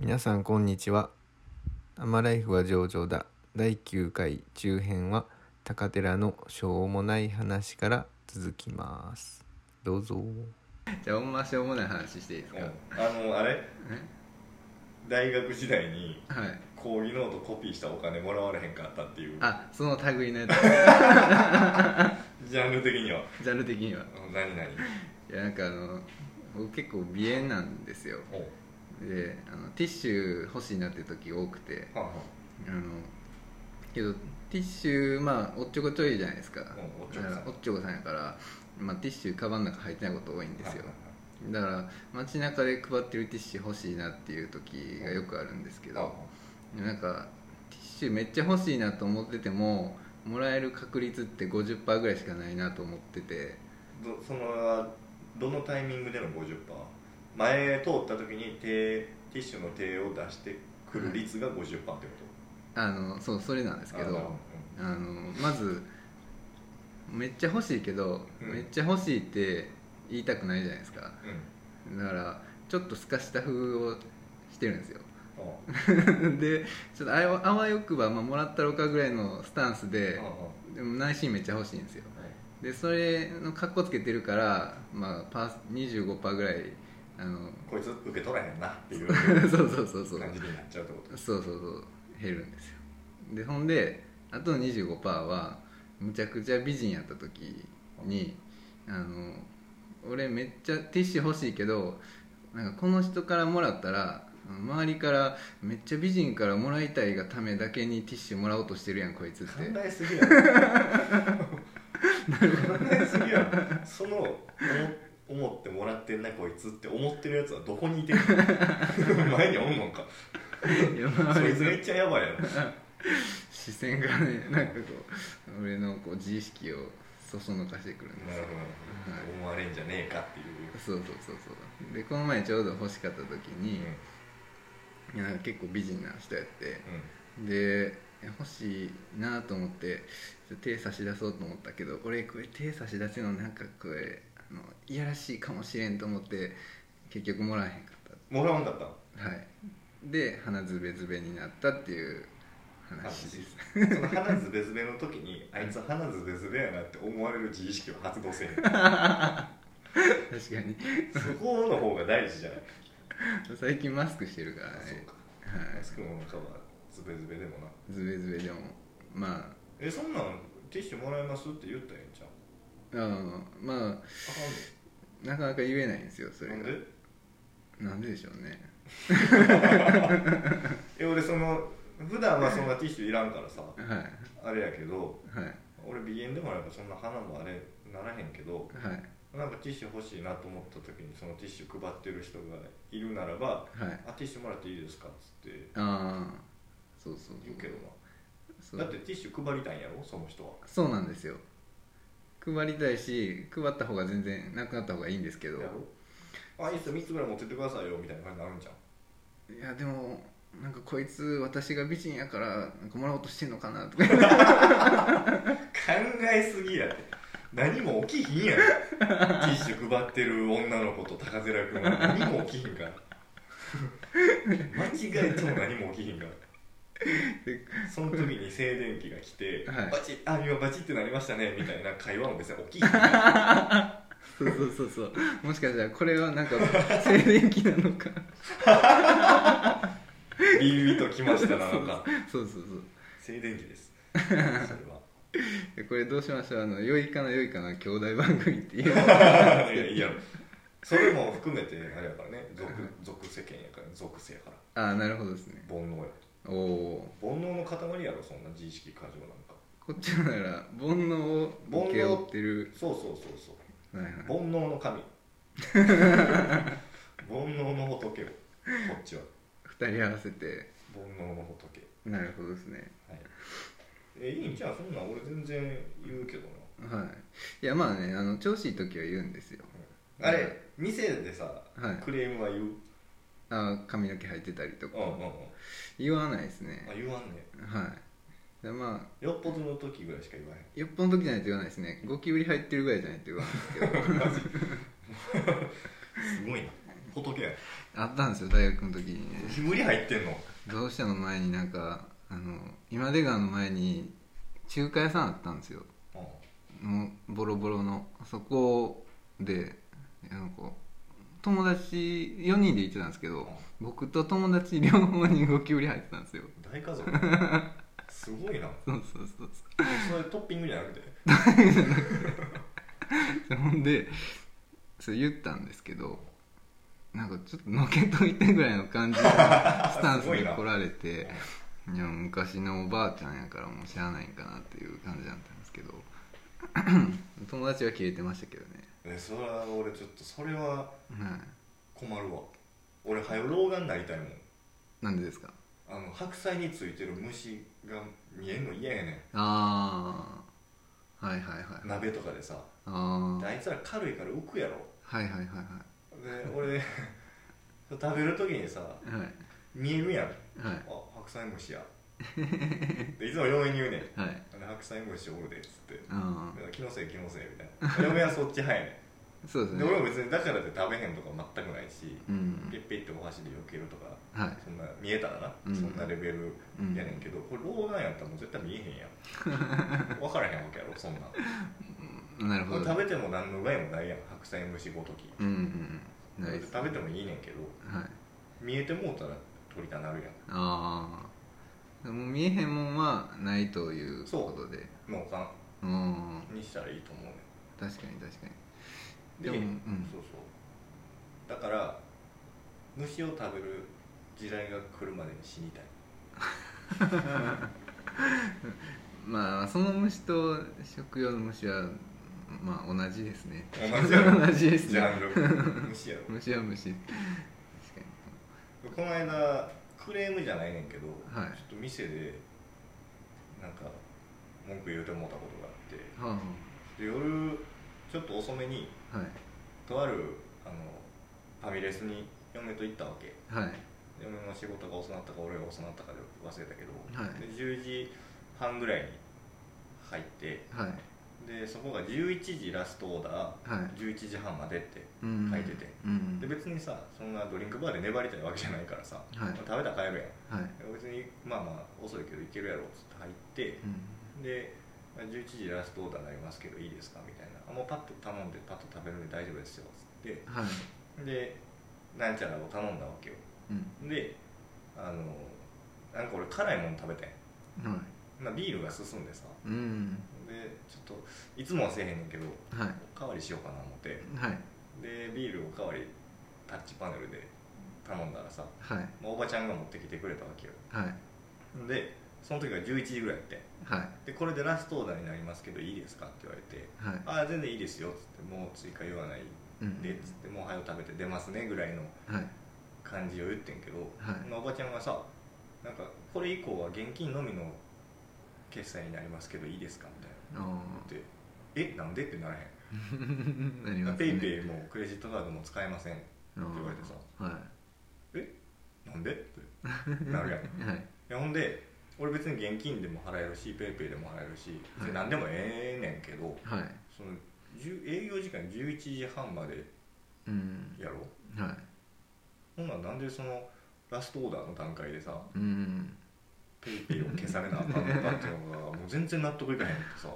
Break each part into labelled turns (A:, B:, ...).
A: 皆さんこんにちはアマライフは上々だ第9回中編は高寺のしょうもない話から続きますどうぞじゃあほんましょうもない話していいですか、
B: あのあれ大学時代に
A: はい
B: 講義ノートコピーしたお金もらわれへんかったっていう
A: あその類のや
B: ジャンル的には
A: つジャンル的には
B: うん何何
A: いやなんかあの僕結構鼻炎なんですよ
B: お
A: であのティッシュ欲しいなって時多くて
B: はんはん
A: あのけどティッシュまあおっちょこちょいじゃないですか
B: うんおっち
A: だ
B: ょこ
A: か
B: さん
A: らおっちょこさんやから、まあ、ティッシュカバンの中入ってないこと多いんですよだから街中で配ってるティッシュ欲しいなっていう時がよくあるんですけ
B: はんはんはん
A: どなんかティッシュめっちゃ欲しいなと思っててももらえる確率って50%ぐらいしかないなと思ってて
B: どそのどのタイミングでの50%前通った時に手ティッシュの手を出してくる率が50%ってこと
A: あのそうそれなんですけ
B: あなるほ
A: どあのまずめっちゃ欲しいけど、
B: うん
A: めっちゃ欲しいって言いたくないじゃないですか
B: うんうん
A: だからちょっとすかした風をしてるんですよ
B: お
A: でちょっとあわあわよくば、まあ、もらったろかぐらいのスタンスで
B: うんうん
A: でも内心めっちゃ欲しいんですよでそれのカッコつけてるから、まあ、パー25%ぐらいあの
B: こいつ受け取らへんなっていう
A: そうそうそうそう
B: 感じになっちゃうってこと
A: そうそうそう減るんですよでほんであとの25%はむちゃくちゃ美人やった時にあの俺めっちゃティッシュ欲しいけどなんかこの人からもらったら周りからめっちゃ美人からもらいたいがためだけにティッシュもらおうとしてるやんこいつっ
B: 考
A: て
B: えすぎやろ考えすぎやろその思思ってもらってんなこいつって思ってるやつはどこにいてるの 前におんのんか
A: いや
B: そ
A: 周
B: い
A: り
B: つ
A: の
B: めっちゃやばいやろ
A: 視線がねなんかこう俺のこう自意識をそそのかしてくるんですよ
B: ど思われんじゃねえかっていう
A: そうそうそうそうでこの前ちょうど欲しかった時に、いや結構美人な人やってで欲しいなと思ってちょっと手差し出そうと思ったけど俺これ手差し出すのなんかこれあのいやらしいかもしれんと思って結局もらえへんかっ
B: うんもらわんかった
A: たはいで鼻ズベズベになったっていう話です
B: その鼻ズベズベの時にあいつ鼻ズベズベやなって思われる自意識を発動せん
A: 確かに
B: そこの方が大事じゃない
A: 最近マスクしてるから
B: そう
A: ね
B: か
A: はい
B: マスクの中はズベズベでもな
A: ズベズベでもま
B: えそんなんティッシュもらえますって言ったらええんちゃう
A: ああま
B: あかんの
A: あなかなか言えないんですよそれ
B: なん
A: が
B: で
A: なんででしょうね
B: え俺その普段はそんなティッシュいらんからさ
A: はい
B: あれやけど
A: はい
B: 俺鼻炎でもあればそんな花もあれならへんけど
A: はい
B: なんかティッシュ欲しいなと思った時にそのティッシュ配ってる人がいるならば
A: はい
B: 「あティッシュもらっていいですか?」っつって
A: ああそうそう
B: 言うけどな
A: そう
B: だってティッシュ配りたいんやろその人は
A: そうなんですよ配りたいし配った方が全然なくなった方がいいんですけど
B: やろあいいっすよ3つぐらい持ってってくださいよみたいな感じになるんじゃん
A: いやでもなんかこいつ私が美人やからなんかもらおうとしてんのかな とか
B: 考えすぎやって何も起きひんやんティッシュ配ってる女の子と高寺君は何も起きひんから間違えても何も起きひんからその時に静電気が来て、
A: はい
B: バチッあ今バチってなりましたねみたいな会話も別に起きひんから
A: そうそうそうそうもしかしたらこれはなんか静電気なのか
B: ビビと来ましたなのか
A: そうそうそう
B: 静電気ですそれは
A: でこれどうしましょうあの「よいかなよいかな兄弟番組」っていう
B: いやいやそれも含めてあれやからね俗俗世間やから俗世やから
A: ああなるほどですね
B: 煩悩や
A: おお
B: 煩悩の塊やろそんな自意識過剰なんか
A: こっちなら煩悩を請け負ってる
B: そうそうそうそ
A: は
B: う
A: いはい
B: 煩悩の 神煩悩の仏よこっちは
A: 二人合わせて
B: 煩悩の仏
A: なるほどですね
B: はいえいいんじゃんそんなん俺全然言うけど
A: はいいやまあねあの調子いい時は言うんですよ
B: なあれ店でさ
A: はい
B: クレームは言う
A: あ髪の毛入ってたりとか
B: うんうんうんあ
A: 言わないですね
B: 言わんね
A: はいでま
B: よっぽどの時ぐらいしか言わへん
A: あよっぽどの時じゃないと言わないですねゴキブリ入ってるぐらいじゃないと言わないですけど
B: すごいな仏や
A: あったんですよ大学の時にね
B: 無理入ってんの
A: 同志社の前になんかあの今出川の前に中華屋さんあったんですよ
B: う
A: もうボロボロのそこでなんか友達4人で行ってたんですけど僕と友達両方にゴキブリ入ってたんですよ
B: ん大 家族すごいな
A: そうそうそうそう
B: それトッピングじゃなくて
A: でほんでそれ言ったんですけどなんかちょっとのけといてぐらいの感じのスタンス
B: すごい
A: で
B: な
A: 来られていや昔のおばあちゃんやからもうしゃあないんかなっていう感じだったんですけど 友達は消えてましたけどね、
B: えそれは俺ちょっとそれは
A: はい、
B: 困るわ俺はよ老眼になりたいもん
A: なんでですか
B: あの白菜についてる虫が見えんの嫌やね
A: ああはいはいはい
B: ん鍋とかでさ
A: ああ
B: であいつら軽いから浮くやろ
A: はいはいはい
B: で俺 食べる時にさ
A: はいはい
B: 見えるやんあ
A: はい
B: 白菜虫やでいつも嫁に言うねん
A: はい
B: あの白菜虫おるでっつって
A: あ
B: だから気のせい気のせいみたいな嫁はそっち早いね
A: あそうです
B: んで
A: ね
B: 俺も別にだからって食べへんとか全くないし
A: うん
B: ペッペってお箸で避けるとか
A: はい
B: そんな見えたらな、
A: うん
B: そんなレベルやねんけど、これ老眼やったらもう絶対見えへん やん分からへんわけやろそんなん
A: なる
B: こ
A: ほ
B: れ
A: ど
B: 食べても何の害もないやん白菜蒸しごとき
A: うんうんうん
B: こ
A: ない
B: れ
A: です
B: 食べてもいいねんけど
A: はい
B: 見えてもうたら鳥かなるやん
A: ああもう見えへんもんはないという
B: そう
A: ことで
B: 農家
A: うん
B: にしたらいいと思うねん
A: 確かに確かに
B: で
A: でもうん
B: そうそうだから虫を食べる時代が来るまでに死 にたい
A: まあその虫と食用の虫はまあ同じですね
B: 同じやろ
A: 同じです
B: ジャ
A: ね
B: ンル虫やろ
A: 虫は虫確か
B: この間クレームじゃないねんけど、
A: はい
B: ちょっと店でなんか文句言うてもうたことがあって
A: には
B: で夜ちょっと遅めに
A: あは
B: とあるあのファミレスに嫁と行ったわけ
A: あはいはい
B: 嫁の仕事が遅なったか俺が遅なったかで忘れたけど、
A: はい
B: で10時半ぐらいに入って
A: はい
B: でそこが11時ラストオーダ
A: はい
B: ー11時半までって
A: うん
B: 書いてて
A: うん
B: で別にさそんなドリンクバーで粘りたいわけじゃないからさ、
A: はい
B: 食べたら帰るやん
A: はい
B: 別にまあまあ遅いけどいけるやろっつって入って
A: うん
B: でまあ11時ラストオーダーになりますけどいいですかみたいなあもうパッと頼んでパッと食べるんで大丈夫ですよっつっ
A: はい
B: てでなんちゃらを頼んだわけよ
A: うん
B: であのなんか俺辛いもの食べてん、
A: はい
B: まあ、ビールが進んでさ
A: うん
B: でちょっといつもはせえへんねんけど
A: はい
B: おかわりしようかな思って
A: はい
B: でビールおかわりタッチパネルで頼んだらさ、
A: はい
B: まあおばちゃんが持ってきてくれたわけよ
A: はい
B: でその時が11時ぐらいやってん
A: はい
B: でこれでラストオーダーになりますけどいいですかって言われて
A: はい
B: 「ああ全然いいですよ」っつって「もう追加言わない
A: うん
B: で」っつって「もう早く食べて出ますね」ぐらいの
A: はい
B: 感じを言ってんけど、
A: はい
B: まあおばちゃんがさ「なんかこれ以降は現金のみの決済になりますけどいいですか?」みたいな
A: あ
B: 言って「えなんで?」ってならへん
A: あなり
B: 「
A: ます
B: ペ
A: ね
B: イペイもクレジットカードも使えません」って
A: あー
B: 言われてさ
A: はい
B: 「えなんで?」ってなるやんい
A: はい
B: やほんで俺別に現金でも払えるしペイペイでも払えるし、
A: はい
B: 何でもええねんけど、
A: はい
B: その10営業時間11時半まで
A: うん
B: やろ
A: はい
B: ほんならなんでそのラストオーダーの段階でさ
A: うん
B: ペイペイを消されなあかんのかっていうのがもう全然納得いかへんってさ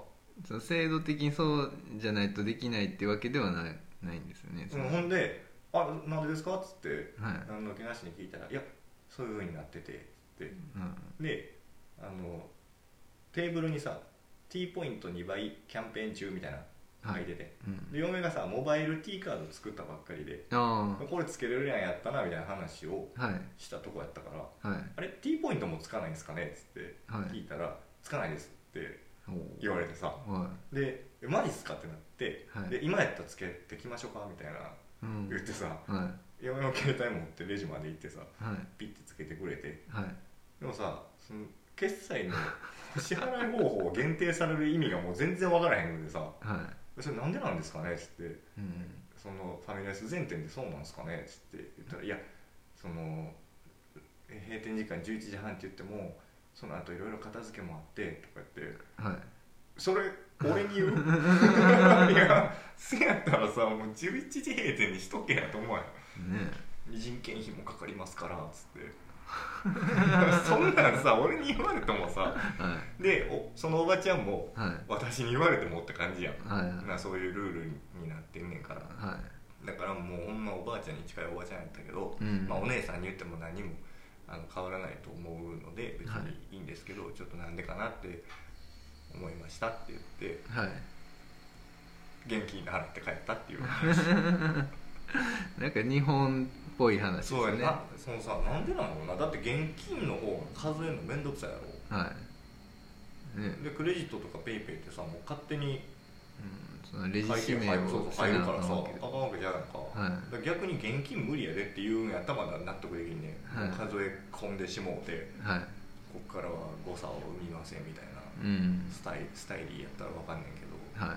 A: その制度的にそうじゃないとできないってわけではないないんですよねその
B: ほんで「あなんでですか?」っつって
A: はい
B: 何の気なしに聞いたら「いやそういうふうになってて」って
A: うん
B: であのテーブルにさ T ポイント2倍キャンペーン中みたいなの
A: は
B: 書い
A: い
B: てて、
A: うん
B: で嫁がさモバイル T カード作ったばっかりで
A: あ
B: これつけれるやんやったなみたいな話を
A: あはい
B: したとこやったから
A: はい
B: あれ T ポイントもつかないんですかね?」っつって
A: はい
B: 聞いたら「つかないです」って
A: おー
B: 言われてさ
A: は
B: で「えマジっすか?」ってなって「
A: はい
B: で今やったらつけてきましょうか」みたいない
A: うん
B: 言ってさ
A: は
B: 嫁の携帯持ってレジまで行ってさ
A: いはい
B: ピッてつけてくれて
A: はい
B: でもさその決済の支払い方法を限定される意味がもう全然わからへんのでさ
A: は
B: 「それなんでなんですかね?」っつって
A: いうん
B: 「そのファミレス全店でそうなんですかね?」っつって言ったら「いやその閉店時間11時半って言ってもその後いろいろ片付けもあって」とか言って
A: はい
B: それ俺に言う いやせやったらさもう11時閉店にしとけやと思うやん
A: ね
B: 人件費もかかりますからっつって そんなんさ俺に言われてもさ
A: は
B: でおそのおばちゃんも
A: いはい
B: 私に言われてもって感じやん
A: はいはい
B: なそういうルールになってんねんから
A: は
B: だからもうほんまおばあちゃんに近いおばあちゃんやったけど、
A: いうん
B: まあ、お姉さんに言っても何もあの変わらないと思うので別にいいんですけど、ちょっとなんでかなって思いましたって言って
A: はい
B: 現金払って帰っ たっていう話
A: なんか日本っぽい話ですね
B: そうやなそのさなんでなのなだって現金の方が数えるの面倒くさいやろ
A: はいね
B: でクレジットとかペイペイってさもう勝手に
A: うん、そのレジ指名
B: 入るそう
A: を
B: そう入るから
A: せ
B: さ
A: なあ
B: あかんわけじゃないか、
A: かんわけはい
B: だから逆に現金無理やでっていうんやったらまだ納得できんね、
A: はい
B: もう数え込んでしもうて
A: はい
B: こっからは誤差を生みませんみたいな
A: うん
B: スタイスタイリーやったらわかんねんけど、
A: はい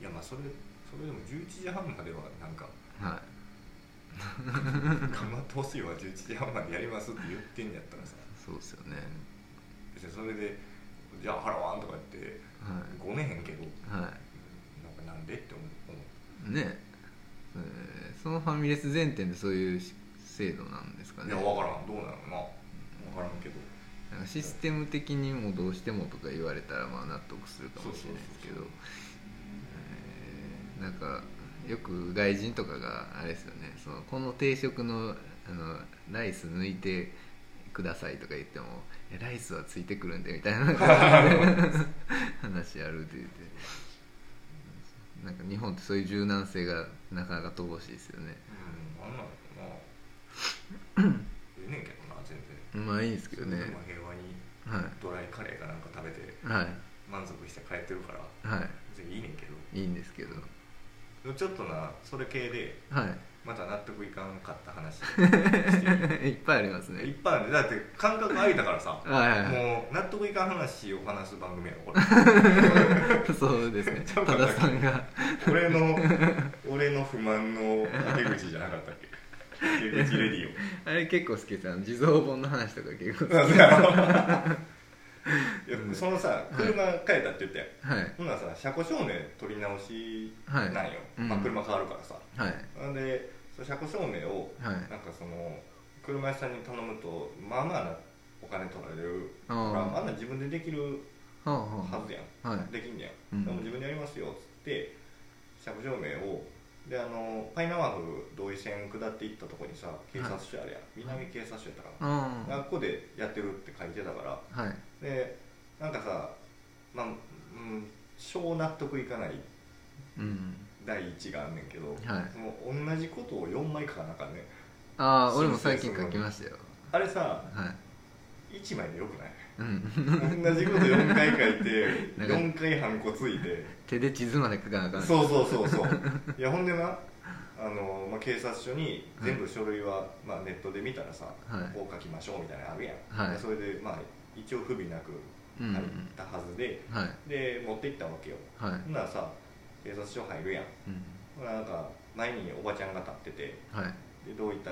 B: いやまあそれそれでも11時半まではなんか
A: は
B: 頑張ってほしいわ11時半までやりますって言ってんやったらさ
A: いそうですよね
B: 別にそれでじゃあ払わんとか言って
A: は
B: ごめんへんけど
A: いは
B: なんかなんでって思う思う
A: いねえーそのファミレス前提でそういうし制度なんですか
B: い
A: ね
B: やわからんどうなのなわからんけど
A: なんかシステム的にもどうしてもとか言われたらまあ納得するかもしれないですけ
B: そう
A: ど
B: そう
A: えーなんかよく外人とかがあれですよねそのこの定食のあのライス抜いてくださいとか言っても「いやライスはついてくるんで」みたい な話あるって言ってなんか日本ってそういう柔軟性がなかなか乏しいですよね
B: うんなんなんや ろなええねんけどな全然
A: まあいいですけどね
B: それでも平和に
A: は
B: ドライカレーかなんか食べて
A: いは
B: 満足して帰ってるから
A: いは
B: 全然いいねんけど
A: いいいんですけど
B: でもちょっとなそれ系で
A: はい
B: また納得いかんかっ た話して
A: いっぱいあります
B: いいい
A: ね
B: っぱいあるねだって感覚空いたからさも
A: はいはいはいう
B: 納得いかん話を話す番組やろこれ
A: そうですね
B: ちゃ
A: 多
B: うかった
A: 田
B: っけ
A: さんが
B: 俺の俺の不満の陰口じゃなかったっけ陰口 レディ
A: あれ結構好きですあの地蔵本の話とか結構
B: オ
A: 好
B: い
A: き
B: やそのさ車変えたって言ったやん
A: はい
B: ほんならさ車庫証明取り直し
A: は
B: ないんよ、
A: うん
B: まあ、車変わるからさ
A: はい
B: なんでその車庫証明を
A: はい
B: なんかその車屋さんに頼むとまあまあなお金取られる
A: あ
B: ほ
A: あ
B: らあんなん自分でできる
A: はあ
B: は
A: は
B: ずやん
A: あはい
B: できんね
A: う
B: や
A: ん
B: んでも自分でやりますよっつって借証明をであのパイナワーフ同意線下って行ったとこにさ警察署あるやん南警察署やったか
A: あ
B: なあっこでやってるって書いてたから
A: あはい
B: でなんかさまあうん小納得いかない
A: うん
B: 第一があんねんけど、
A: はい
B: もう同じことを4枚書かなあかんねん
A: ああ俺も最近書きましたよ
B: あれさ
A: はい
B: 1枚でよくない
A: うん
B: 同じこと4回書いて
A: なんか
B: 4回ハンコついて
A: 手で地図まで書かなあかん
B: そうそうそうそう いやほんでなあの、まあ、警察署に全部書類は、まあ、ネットで見たらさ、
A: はい
B: こう書きましょうみたいなのあるやん、
A: はい
B: でそれでまあ一応不備なく
A: う
B: 書
A: ん
B: いたはずで、
A: はい
B: で持って行ったわけよ
A: はい
B: ほんならさ警察署入るやん
A: うん
B: ほんならなんか前におばちゃんが立ってて
A: はい
B: でどういった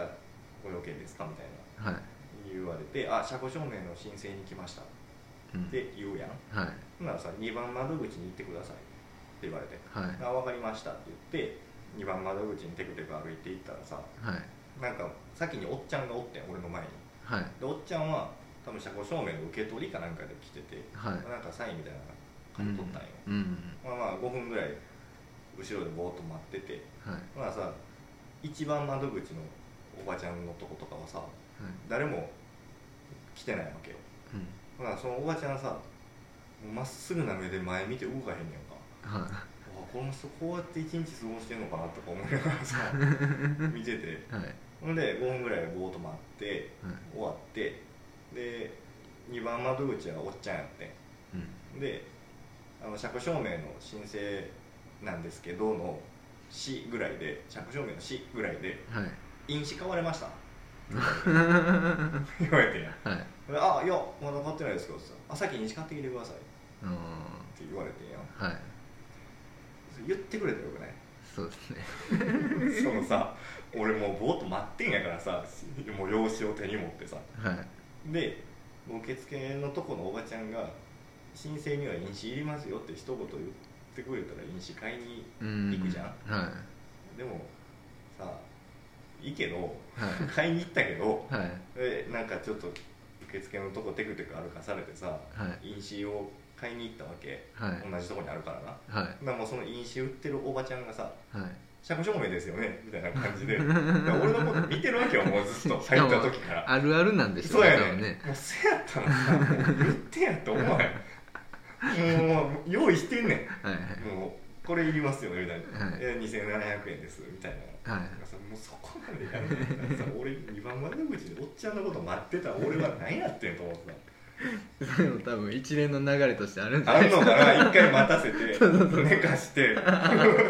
B: ご用件ですかみたいな
A: はい
B: 言われて「あ車庫証明の申請に来ました」
A: うん
B: って言うやん
A: はい
B: ほんならさ2番窓口に行ってくださいって言われて
A: はい
B: あ分かりましたって言って2番窓口にテクテク歩いて行ったらさ
A: はい
B: なんか先におっちゃんがおってん俺の前に
A: はい
B: でおっちゃんは多分車庫証明の受け取りかなんかで来てて、
A: はい
B: なんかサインみたいなの
A: う
B: 書
A: ん
B: い取ったんよ、
A: うん
B: まあまあ5分ぐらい後ろでぼーっと待ってて
A: はいはい
B: ほなさ1番窓口のおばちゃんのとことかはさ誰も来てないわけよ
A: うん
B: ほなそのおばちゃんさまっすぐな目で前見て動かへんねやんか
A: はい
B: あこの人こうやって一日過ごしてんのかなとか思いなが らさ見てて
A: はい
B: ほんで5分ぐらいぼーっと待って
A: はい
B: 終わってで2番窓口はおっちゃんやって
A: うん
B: んであの車庫証明の申請なんですけどの「し」ぐらいで車庫証明の「し」ぐらいで
A: はい
B: 「印紙買われました」 言われてんや
A: はい
B: であいやまだ買ってないですけど」って言ったらあ先に印紙買ってきてください」
A: あの
B: って言われてんや
A: ーはい
B: それ言ってくれたらよくない
A: そうですね
B: そのさ俺もうぼーっと待ってんやからさもう用紙を手に持ってさ
A: はい
B: で受付のとこのおばちゃんが「申請には印紙いりますよ」って一言言ってくれたら印紙買いに
A: うん
B: 行くじゃん
A: はい
B: でもさいいけど
A: は
B: 買いに行ったけど
A: いはい
B: えなんかちょっと受付のとこテクテク歩かされてさ
A: はい
B: 印紙を買いに行ったわけ
A: はい
B: 同じとこにあるからな
A: はい
B: なもうその飲酒売ってるおばちゃんがさ
A: はい
B: 「社交証明ですよね」みたいな感じでだから俺のこと見てるわけよもうずっと入った時から
A: あるあるなんでしょ
B: そうや
A: 多
B: ね
A: 分ね
B: もうせやったらさもう言ってやと思わへんもう用意してんね
A: はいはい
B: んもうこれいりますよねみたいな
A: はい
B: 「え2700円です」みたいな
A: はい
B: なんかさもうそこまでやるんだったらさ俺2番窓口でおっちゃんのこと待ってたら俺は何やってんと思って
A: それも 多分一連の流れとしてあるんじ
B: た
A: ゃな
B: あ
A: い
B: ん
A: です
B: の
A: か
B: かな一回待たせて寝かして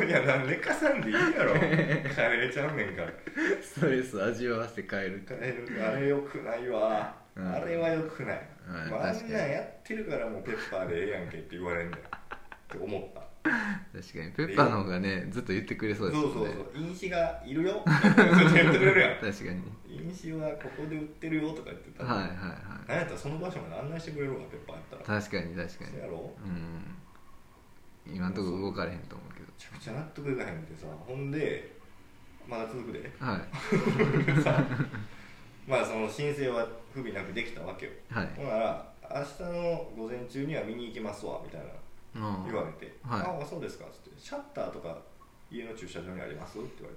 B: いやな寝かさんでいいやろ帰れちゃうねんから
A: ストレス味わわせて帰る
B: 帰るあれよくないわ、
A: うん
B: あれはよくない、
A: はい
B: まあ、あ
A: 確
B: ん
A: か
B: なん
A: に
B: やってるからもうペッパーでええやんけって言われんだよって思った
A: 確かにペッパーの方がねずっと言ってくれそう
B: そう,、
A: です
B: そ
A: も
B: うんそう
A: ね
B: 飲酒がいるよって言ってくれるやん
A: 確かに
B: 飲酒はここで売ってるよとか言ってたら、
A: はいはいはい
B: なんやったらその場所まで案内してくれるわペッパーやったら
A: 確かに確かに
B: そうやろ
A: うん今んとこ動かれへんと思うけ
B: めちゃくちゃ納得いかへんってさほんでまだ続くで
A: どはい
B: さまあその申請は不備なくできたわけよ
A: はい
B: ほんなら明日の午前中には見に行きますわみたいな
A: うん
B: 言われて「
A: はい
B: ああそうですか」っつって「シャッターとか家の駐車場にあります?」って言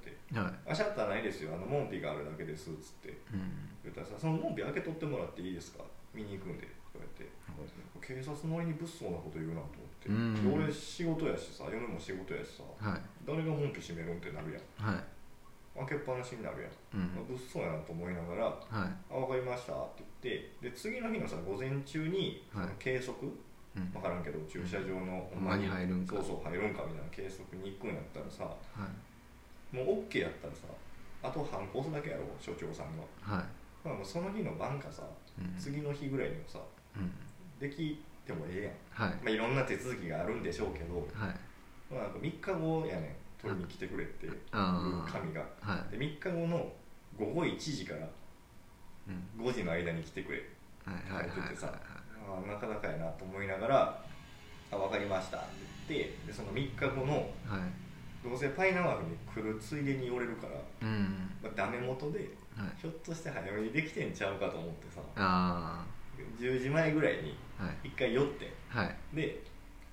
A: は
B: われて
A: い
B: 「あシャッターないですよあの門扉があるだけです」っつって
A: うん
B: 言ったらさ「その門扉開け取ってもらっていいですか見に行くんで」って言われて警察の割に物騒なこと言うなと思って、
A: うん
B: で俺仕事やしさ嫁も仕事やしさ
A: はい
B: 誰が門閉めるんってなるやん
A: はい
B: 開けっぱなしになるやん、
A: うん
B: 物騒やなと思いながら「
A: はい
B: あ分かりました」って言ってで次の日のさ午前中に、
A: はい
B: その計測
A: うん
B: 分からんけど駐車場の
A: うんほんまに入るんか
B: そうそう入るんかみたいな計測に行くんやったらさ
A: はい
B: もう OK やったらさあと半コースだけやろ所長さんが、
A: はい
B: まあ、もうその日の晩かさ
A: うん
B: 次の日ぐらいにはさ
A: うん
B: できてもええやん
A: はい
B: まあ、いろんな手続きがあるんでしょうけど、
A: はい
B: まあ、なんか3日後やねん取りに来てくれっていう
A: ああ
B: 紙が
A: はい
B: で3日後の午後1時から
A: うん
B: 5時の間に来てくれ
A: はいはいはい
B: 書いててさ
A: は
B: ああなかなかやなと思いながら「あ分かりました」って言ってでその3日後の
A: いはい
B: どうせパイナワフに来るついでに寄れるから、
A: うん
B: まあ、ダメ元で
A: はい
B: ひょっとして早めにできてんちゃうかと思ってさ
A: あ
B: 10時前ぐらいに
A: あはい
B: 1回寄って
A: はい
B: で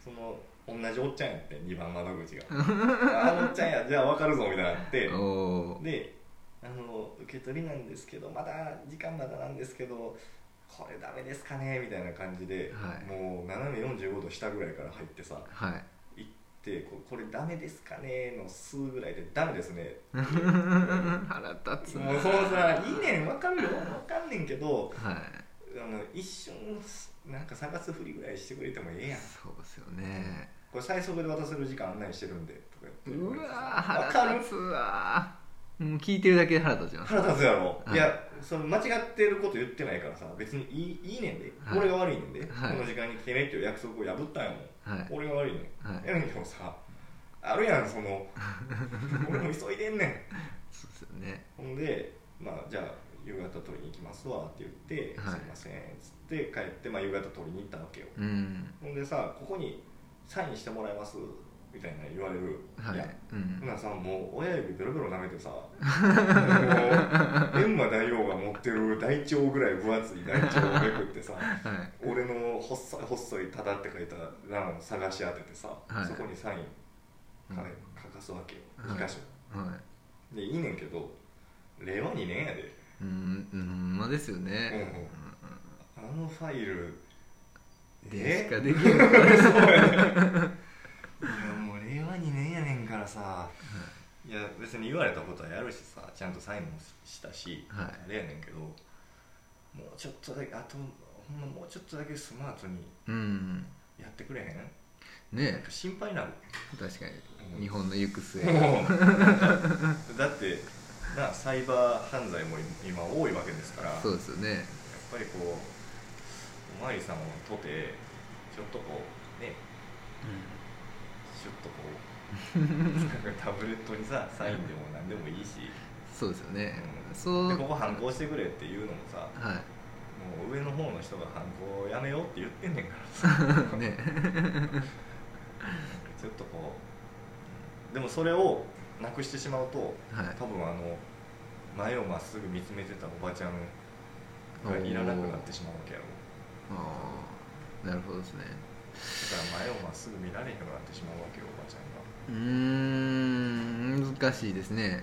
B: その同じおっちゃんやって2番窓口が 「あのおっちゃんやじゃあ分かるぞ」みたいになって
A: おお
B: であの受け取りなんですけどまだ時間まだなんですけどこれダメですかねみたいな感じで、
A: はい
B: もう斜め45度下ぐらいから入ってさ
A: はい
B: 行ってここれダメですかねの数ぐらいでダメですね
A: 腹立つな
B: もうそのさいいねんわかるよわかんねんけど
A: はい
B: あの一瞬なんか探すふりぐらいしてくれてもええやん
A: そうですよね
B: これ最速で渡せる時間案内してるんでとか言って
A: うわー
B: わか
A: 腹
B: る
A: 立つわーもう聞いてるだけで腹立ちます
B: 腹立つやろ、
A: はい
B: い、やその間違ってること言ってないからさ別にいいいいねんで、
A: はい
B: 俺が悪いねんで、
A: はい
B: この時間に来てねっていう約束を破ったんやもん、
A: はい
B: 俺が悪いねん、
A: はい
B: やねんけどさあるやんそ の俺も急いでんねん
A: そうですよね
B: ほんで、まあ、じゃあ夕方取りに行きますわって言って「
A: はい
B: すいません」っつって帰って、まあ、夕方取りに行ったわけよ
A: うん
B: ほんでさ「ここにサインしてもらえます」みたいな言われる
A: はい
B: やん
A: うん
B: ほなさもう親指ベロベロ舐め てさもう閻魔大王が持ってる大腸ぐらい分厚い大腸をめくってさ
A: はい
B: 俺の細い細い「ただ」って書いた欄を探し当ててさ、
A: はい
B: そこにサイン
A: うん
B: 書書かすわけよ
A: はい
B: 2箇所、
A: はい
B: でいいねんけど令和2年やで
A: うんうんほんまですよね
B: うんうんあのファイル
A: でし
B: え
A: かできんのか
B: そうやねいやもう令和2年やねんからさいや別に言われたことはやるしさちゃんとサインもしたし、
A: はい
B: あれやねんけどもうちょっとだけあとほんまもうちょっとだけスマートに
A: うん
B: やってくれへんなん
A: ね
B: か心配になる
A: 確かに日本の行く末
B: もう
A: はい
B: だってなサイバー犯罪も今多いわけですから
A: そうですよね
B: やっぱりこうおまわりさんをとてちょっとこうねちょっとこうタブレットにさサインでも何でもいいし、
A: そうですよね
B: うん
A: そう
B: でここ反抗してくれっていうのもさ
A: は
B: もう上の方の人が反抗やめようって言ってんねんからさ
A: いね
B: ちょっとこうでもそれをなくしてしまうと
A: はい
B: 多分あの前をまっすぐ見つめてたおばちゃんがいらなくなってしまうわけやろ
A: ああなるほどですね
B: だから前をまっすぐ見られへんくなってしまうわけよおばちゃんが
A: うーん難しいですね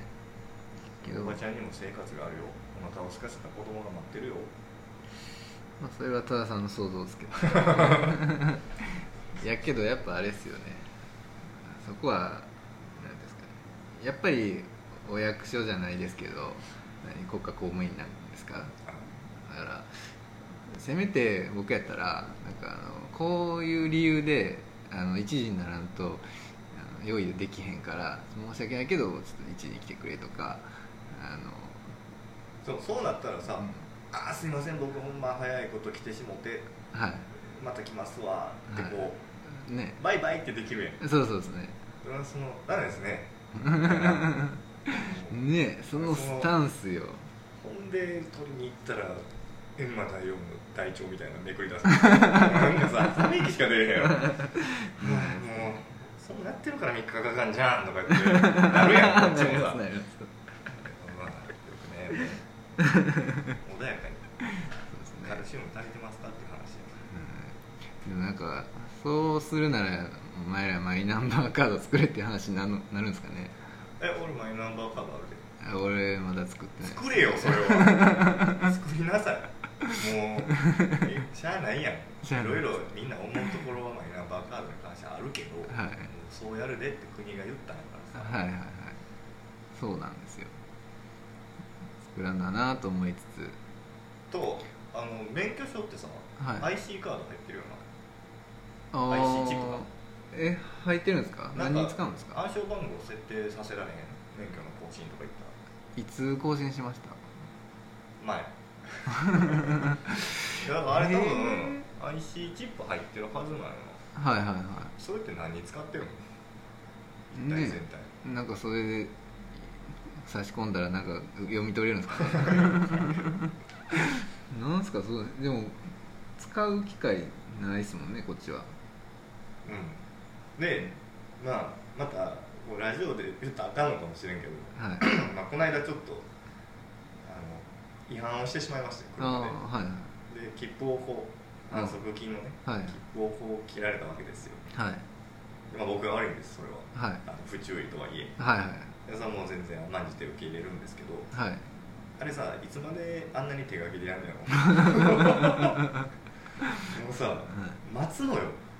A: けど
B: お
A: ま
B: ばちゃんにも生活があるよお腹を空かせた子供が待ってるよ
A: あ、それは多田さんの想像ですけどやけどやっぱあれですよねそこは何ですかねやっぱりお役所じゃないですけど何国家公務員なんですかだからせめて僕やったらなんかあのこういう理由であの1時にならんとあの用意できへんから申し訳ないけどちょっと1時に来てくれとかあの、
B: そうそうなったらさ「
A: うん
B: あーすいません僕ほんま早いこと来てしもて
A: は
B: また来ますわ」ってこう、
A: いね
B: バイバイってできるやん
A: そうそうですね
B: それはそのダメですね
A: ねそのスタンスよ
B: ほんで取りに行ったら閻魔大王の大腸みたいなのめくり出すなんかさため息しか出えへんやろはあもうそうなってるから3日かかんじゃんとか言ってなるやんこっちもさ
A: なります
B: まあよくねもう穏やかに
A: そうですね
B: カルシウム足りてますかっていう話
A: うんでもなんかそうするならお前らマイナンバーカード作れって話になのなるんですかね
B: え俺マイナンバーカードあ
A: あ
B: るで
A: 俺まだ作ってない
B: 作れよそれ は作りなさいもうえしゃあないやん
A: しゃあ
B: い
A: ない
B: ろいろみんな思うところはマイナンバーカードに関してはあるけど、
A: はい
B: もうそうやるでって国が言ったんやから
A: は
B: さ、
A: いはいはいそうなんですよ作らんだなと思いつ
B: とあの免許証ってさ、
A: つはい
B: IC カード入ってるよな
A: あー
B: IC チップか
A: え入ってるんですか
B: なん
A: 何
B: か
A: に使うんですか
B: 暗証番号設定させられへん免許の更新とか言ったら
A: いつ更新しました
B: 前いやだからあれ多分
A: へ
B: IC チップ入ってるはずなのよ
A: はいはいは
B: それって何に使ってるの一
A: ね
B: 体全体、
A: いなんかそれで差し込んだらなんか読み取れるんですか なんすかそうでも使う機会ないですもんねこっちは
B: うんでまあまたこうラジオで言ったらあかんのかもしれんけど
A: はい
B: まあこの間ちょっとあの違反をしてしまいましたよ
A: ああ
B: 車
A: はい
B: でで切符をこう反則金のね、
A: はい
B: 切符をこう切られたわけですよ
A: はい
B: でまあ僕が悪いんですそれは
A: はい
B: あの不注意とはいえ
A: はい
B: 皆さんもう全然甘んじて受け入れるんですけど
A: はいはい
B: あれさいつまであんなに手書きでやんのやろもうさ
A: はい
B: 待つのよ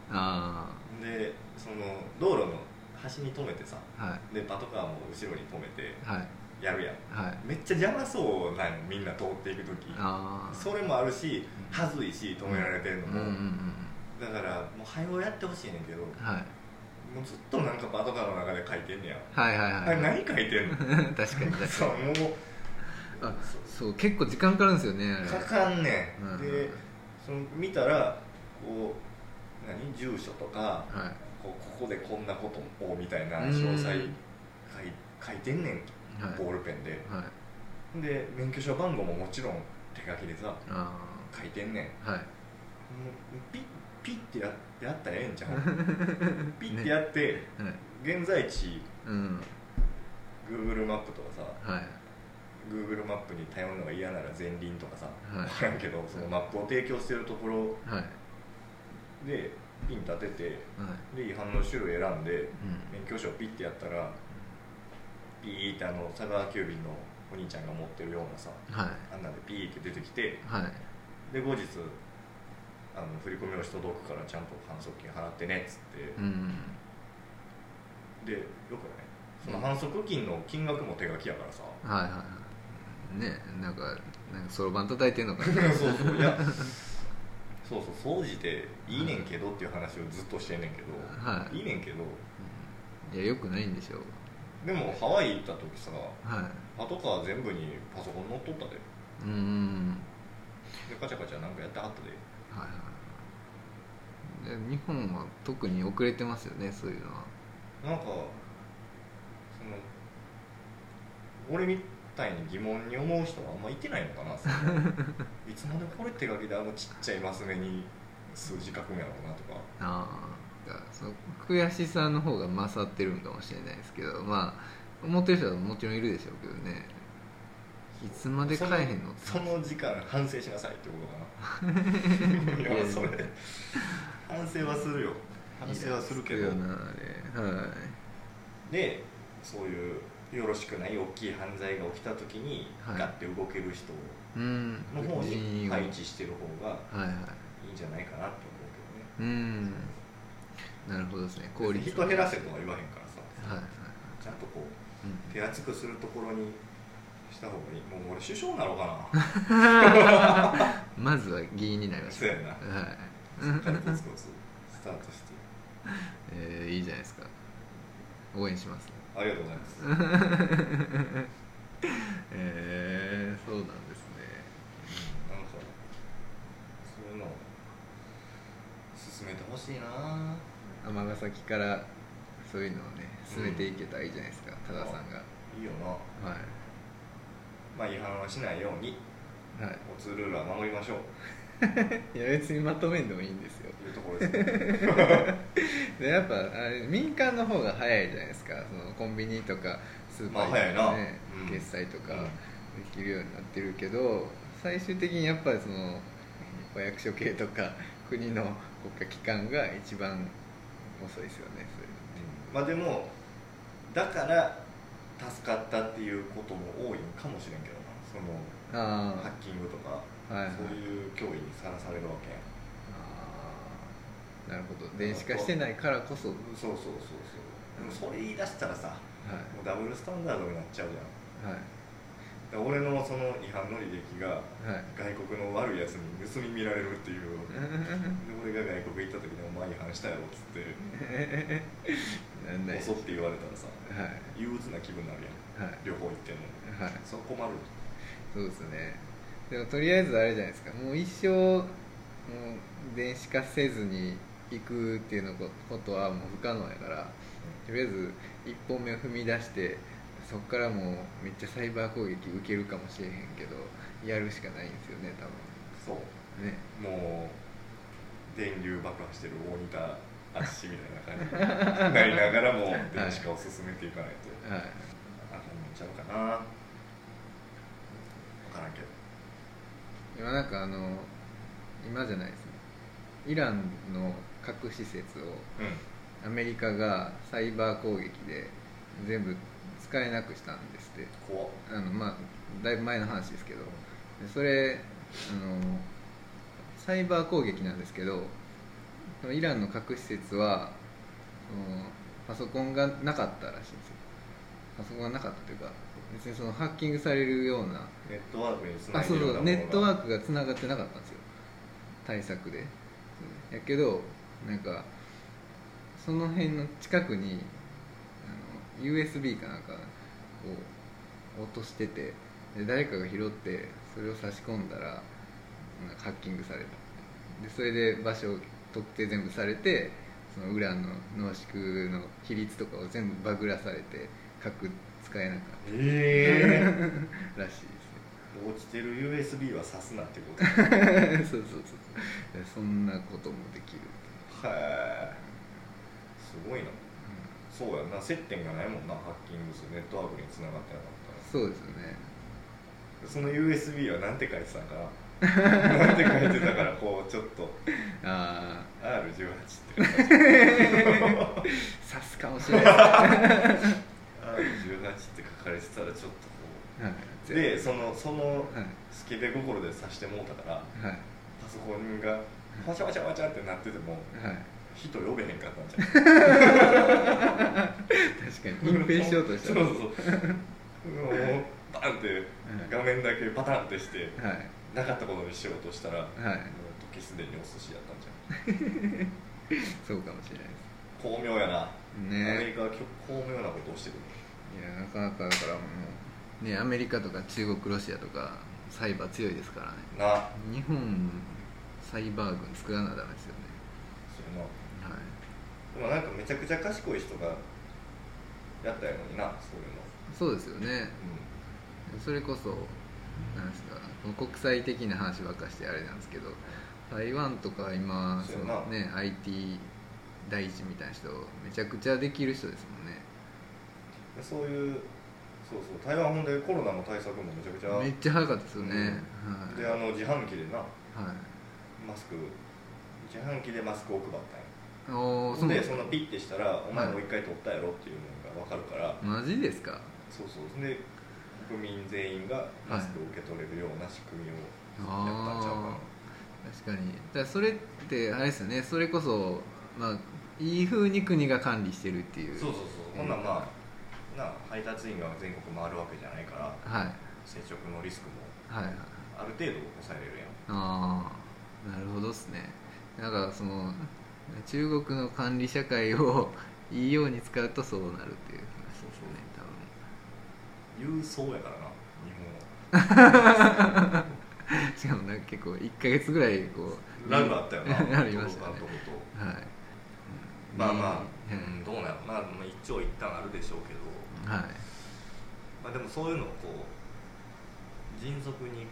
A: あ
B: でその道路の端に止めてさ
A: あはい
B: でパトカーも後ろに止めて
A: はい
B: やるやん
A: はい
B: めっちゃ邪魔そうなのみんな通っていく時
A: ああ
B: それもあるし
A: うん
B: はずいし止められてるの
A: うん
B: も、
A: うんうん
B: だからもう早うやってほしいねんけども
A: うんはい、
B: うずっとなんかパトカーの中で書いてんねや
A: はいはい
B: あ
A: は
B: れ
A: いはい
B: 何書いてんの
A: 確かに確かに
B: そうも
A: あ
B: う
A: そう結構時間かかるんですよねあれ
B: かかんねん、
A: うん
B: でその見たらこう何住所とか
A: はい
B: こうここでこんなことをみたいな
A: うん
B: 詳細書い書いてんねん
A: はい
B: ボールペンで
A: はい
B: で免許証番号ももちろん手書きでさ
A: あ
B: 書いてんねんも
A: あはいう
B: ピッピッてややったらええんちゃ うピッてやって
A: はい
B: 現在地
A: うん
B: Google マップとかさ
A: はい
B: Google マップに頼るのが嫌なら前輪とかさ
A: はい
B: 分からんけどそのマップを提供してるところ
A: はいはい
B: でピン立ててで違反の種類選んで
A: うん
B: 免許証ピッてやったらピーってあの佐川急便のお兄ちゃんが持ってるようなさ
A: はい
B: あんなんでピーって出てきて
A: はい
B: で後日あの振り込み用紙届くからちゃんと反則金払ってねっつって、
A: うん
B: でよくないその反則金の金額も手書きやからさ
A: はいはいはいねなんかなんかそろばん叩いてんのかな
B: そうそういやそうそう総じていいねんけどっていう話をずっとしてんねんけど、
A: はい
B: いねんけど
A: いやよくないんでしょう
B: でもハワイ行った時さ
A: は
B: パトカー全部にパソコン乗っとったでで
A: いうん
B: カチャカチャなんかやってはったで
A: はいはいはいで日本は特に遅れてますよねそういうのは
B: なんかその俺みたいに疑問に思う人はあんまいてないのか なそれいつまでこれ手書きであのちっちゃいマス目に数字書くんやろうなとか
A: ああだからその悔しさの方が勝ってるんかもしれないですけどまあ思ってる人はもちろんいるでしょうけどねいつまで帰えへんの
B: その時間反省しなさいってこと かないやそれ反省はするよ反省はするけ
A: いや
B: ど
A: するよなあれはい
B: でそういうよろしくない大きい犯罪が起きた時に、
A: はい
B: ガッて動ける人
A: うん
B: の方
A: 人
B: に
A: 員を
B: 配置してる方が
A: はいはい
B: いいんじゃないかなと思う
A: うんなるほどですね
B: けど
A: 効
B: ね
A: 率
B: 人減らせ
A: は
B: とは言わへんからさ
A: いはいはい
B: ちゃんとこう
A: うん
B: 手厚くするところにした方がいいもう俺首相なのか な
A: まずは議員になりまし
B: そうやな
A: たはい
B: 軽くコツコツスタートして
A: えーいいじゃないですか応援します
B: ありがとうございます
A: えー、そうなんです
B: なんかそういうのを進めてほしいな
A: ね尼崎からそういうのをね進めていけたらいいじゃないですか、多田さんが
B: いいよな
A: は
B: まあ違反はしないように
A: い、は
B: 交通ルールは守りましょう
A: い、いや別にまとめんでもいいんですよ
B: というところですね
A: でやっぱあれ民間の方が早いじゃないですかそのコンビニとかスーパーとか、ね
B: まあ早いなうん
A: 決済とか
B: うん
A: できるようになってるけど最終的にやっぱりそのお役所系とか 国の国家機関が一番遅いですよね
B: まあでもだから助かったっていうことも多いのかもしれんけどなその
A: それあ
B: ハッキングとか、
A: あはいはい
B: そういう脅威にさらされるわけやん
A: あーなるほど電子化してないからこそはい
B: そうそうそうそうでもそれ言い出したらさもうダブルスタンダードになっちゃうじゃん
A: はい
B: だから俺のその違反の履歴が
A: はい
B: 外国の悪いやつに盗み見られるっていうで俺が外国行った時に「お前違反したやろ」っつって
A: なん
B: 「
A: ない
B: 遅って言われたらさ
A: はい
B: 憂鬱な気分になるや
A: は
B: ん
A: い
B: 両方行ってんのに
A: はい
B: そこ困る
A: そうですねでもとりあえずあれじゃないですかもう一生もう電子化せずに行くっていうのこことはもう不可能やからとりあえず一歩目を踏み出してそこからもうめっちゃサイバー攻撃受けるかもしれへんけどやるしかないんですよね多
B: そう
A: 分ね
B: もう電流爆破してる大仁田淳みたいな感 じになりながらも電子化を進めていかないと
A: はい
B: あかんのちゃうかな分からんけど
A: 今なんかあの今じゃないですねイランの核施設を
B: う
A: アメリカがサイバー攻撃で全部使えなくしたんですって
B: ん怖っ
A: あのまあだいぶ前の話ですけどでそれあのサイバー攻撃なんですけどそのイランの核施設はそのパソコンがなかったらしいんですよパソコンがなかったというか別にそのハッキングされるような
B: ネットワークにつな
A: あ
B: いで
A: そう
B: るよ
A: そうう
B: なものが
A: ネットワークがつながってなかったんですよ対策でやけどなんかその辺の近くにあの USB かなんかを落としててで誰かが拾ってそれを差し込んだらなんかハッキングされたでそれで場所を特定全部されてそのウランの濃縮の比率とかを全部バグらされて核使えなかっ
B: え
A: たらしいですよ
B: ー、落ちてる USB は刺すなって こ と
A: そうそうそうそんなこともできる
B: はいすごいなそうやんな接点がないもんなハッキングするネットワークにつながってなかったら
A: そうですよね
B: その USB はなんて書いてたんかななんて書いてたからこうちょっと
A: あ
B: R18 って書いて
A: あ刺すかもしれ ない、は
B: R18 って書かれてたらちょっと
A: い、
B: こうでそのその
A: はい
B: スケベ心で刺してもうたから
A: はい
B: パソコンがワチャワチャワチャってなってても
A: はい
B: 人呼べへんかったんじゃん
A: 確かに隠蔽しようとした
B: そう
A: ら
B: そうそうもうバンって画面だけパタンってして
A: はい
B: なかったことにしようとしたら、もう
A: はい
B: 時すでにお寿司やったんじゃん
A: そうかもしれない
B: 巧妙やな、
A: ね
B: アメリカはきょ巧妙なことをしてくる
A: ですいやなかなかだからもうねアメリカとか中国ロシアとかサイバー強いですからね
B: な
A: 日本サイバー軍作らなダメですよね
B: そういうの
A: はい
B: でもなんかめちゃくちゃ賢い人がやったやのになそういうの、
A: そうですよね
B: う
A: それこそなんですかこの国際的な話ばっかしてあれなんですけど台湾とか今
B: そ
A: そう
B: やな
A: の、ね、IT 第一みたいな人めちゃくちゃできる人ですもんね
B: ん、でそういうそうそう台湾ほんでコロナの対策もめちゃくちゃ
A: めっちゃ早かったですよね、
B: うん
A: はい、
B: であの自販機でな
A: はい
B: マスク自販機でマスクを配ったんよ
A: おー
B: ほ
A: そ
B: ん
A: う
B: でそのピッてしたら「お前もう一回取ったやろ」っていうのが分かるから、
A: マジですか
B: そうそうで国民全員がマスクを受け取れるような仕組みをやったんちゃうかな、
A: ああ確かにだからそれってあれですよねそれこそまあいい風に国が管理してるっていう
B: そうそうそうほんならまあなあ配達員が全国回るわけじゃないから
A: はい
B: 接触のリスクも
A: はいはい
B: ある程度抑えれるやん
A: ああなるほどっすねなんかその中国の管理社会を いいように使うとそうなるっていう話ですよね多分
B: 郵送やからな日本は
A: しかもなんか結構1か月ぐらいこう
B: ラグあったよな
A: ありましたね
B: 届かんとこと
A: はい
B: まあまあ、
A: う
B: うん
A: ん
B: どうなのまあまあ一長一短あるでしょうけど、
A: はい
B: まあ、でもそういうのをこう迅速に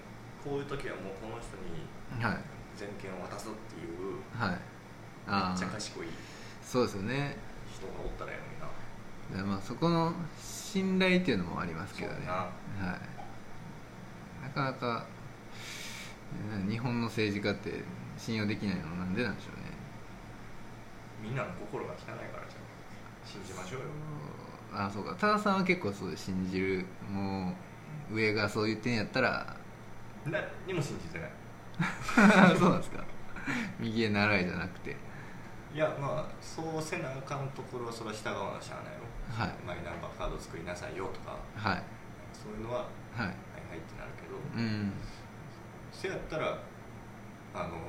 B: こういう時はもうこの人に
A: はい
B: 全権を渡すっていう
A: はい
B: め
A: あ
B: っちゃ
A: あ
B: 賢い人
A: そうですよね
B: がおったらやのにな
A: だからまあそこの信頼っていうのもありますけど
B: そう
A: ね
B: やな
A: はいなかなかうん日本の政治家って信用できないのなんでなんでしょうね
B: みんなの心が汚いからじゃん信じましょうよ
A: あそうか多田さんは結構そう信じるもう上がそう言ってんやったら
B: 何にも信じてない
A: そうなんですか右へ習いじゃなくて
B: いやまあそうせなあかんところはそれは従わなしゃあないよ
A: はい
B: マイナンバーカード作りなさいよとか
A: はい
B: そういうのは
A: はい
B: はいはいってなるけど、
A: うん
B: せやったらあの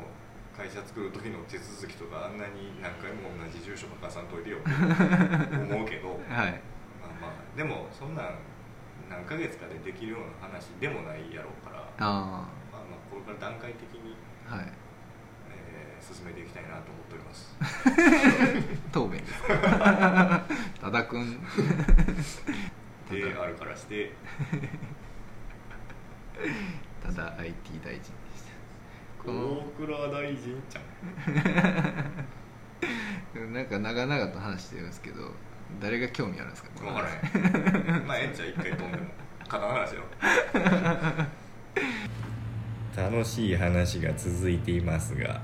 B: 会社作る時の手続きとかあんなに何回も同じ住所書かさんといてよって思うけ ど
A: はい
B: まあまあでもそんなん何ヶ月かでできるような話でもないやろうからまあ
A: あ
B: まあこれから段階的に、
A: あはい
B: えー進めていきたいなと思っております
A: 答弁です 多田君
B: であるからして
A: 多田 IT 大臣でしたこの
B: 大倉大臣ちゃん
A: なんか長々と話してるんですけど誰が興味あるんですか
B: 分からへん まあええんちゃん一回飛んでも肩の話よ 楽しい話が続いていますが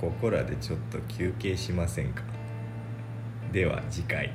B: ここらでちょっと休憩しませんかでは次回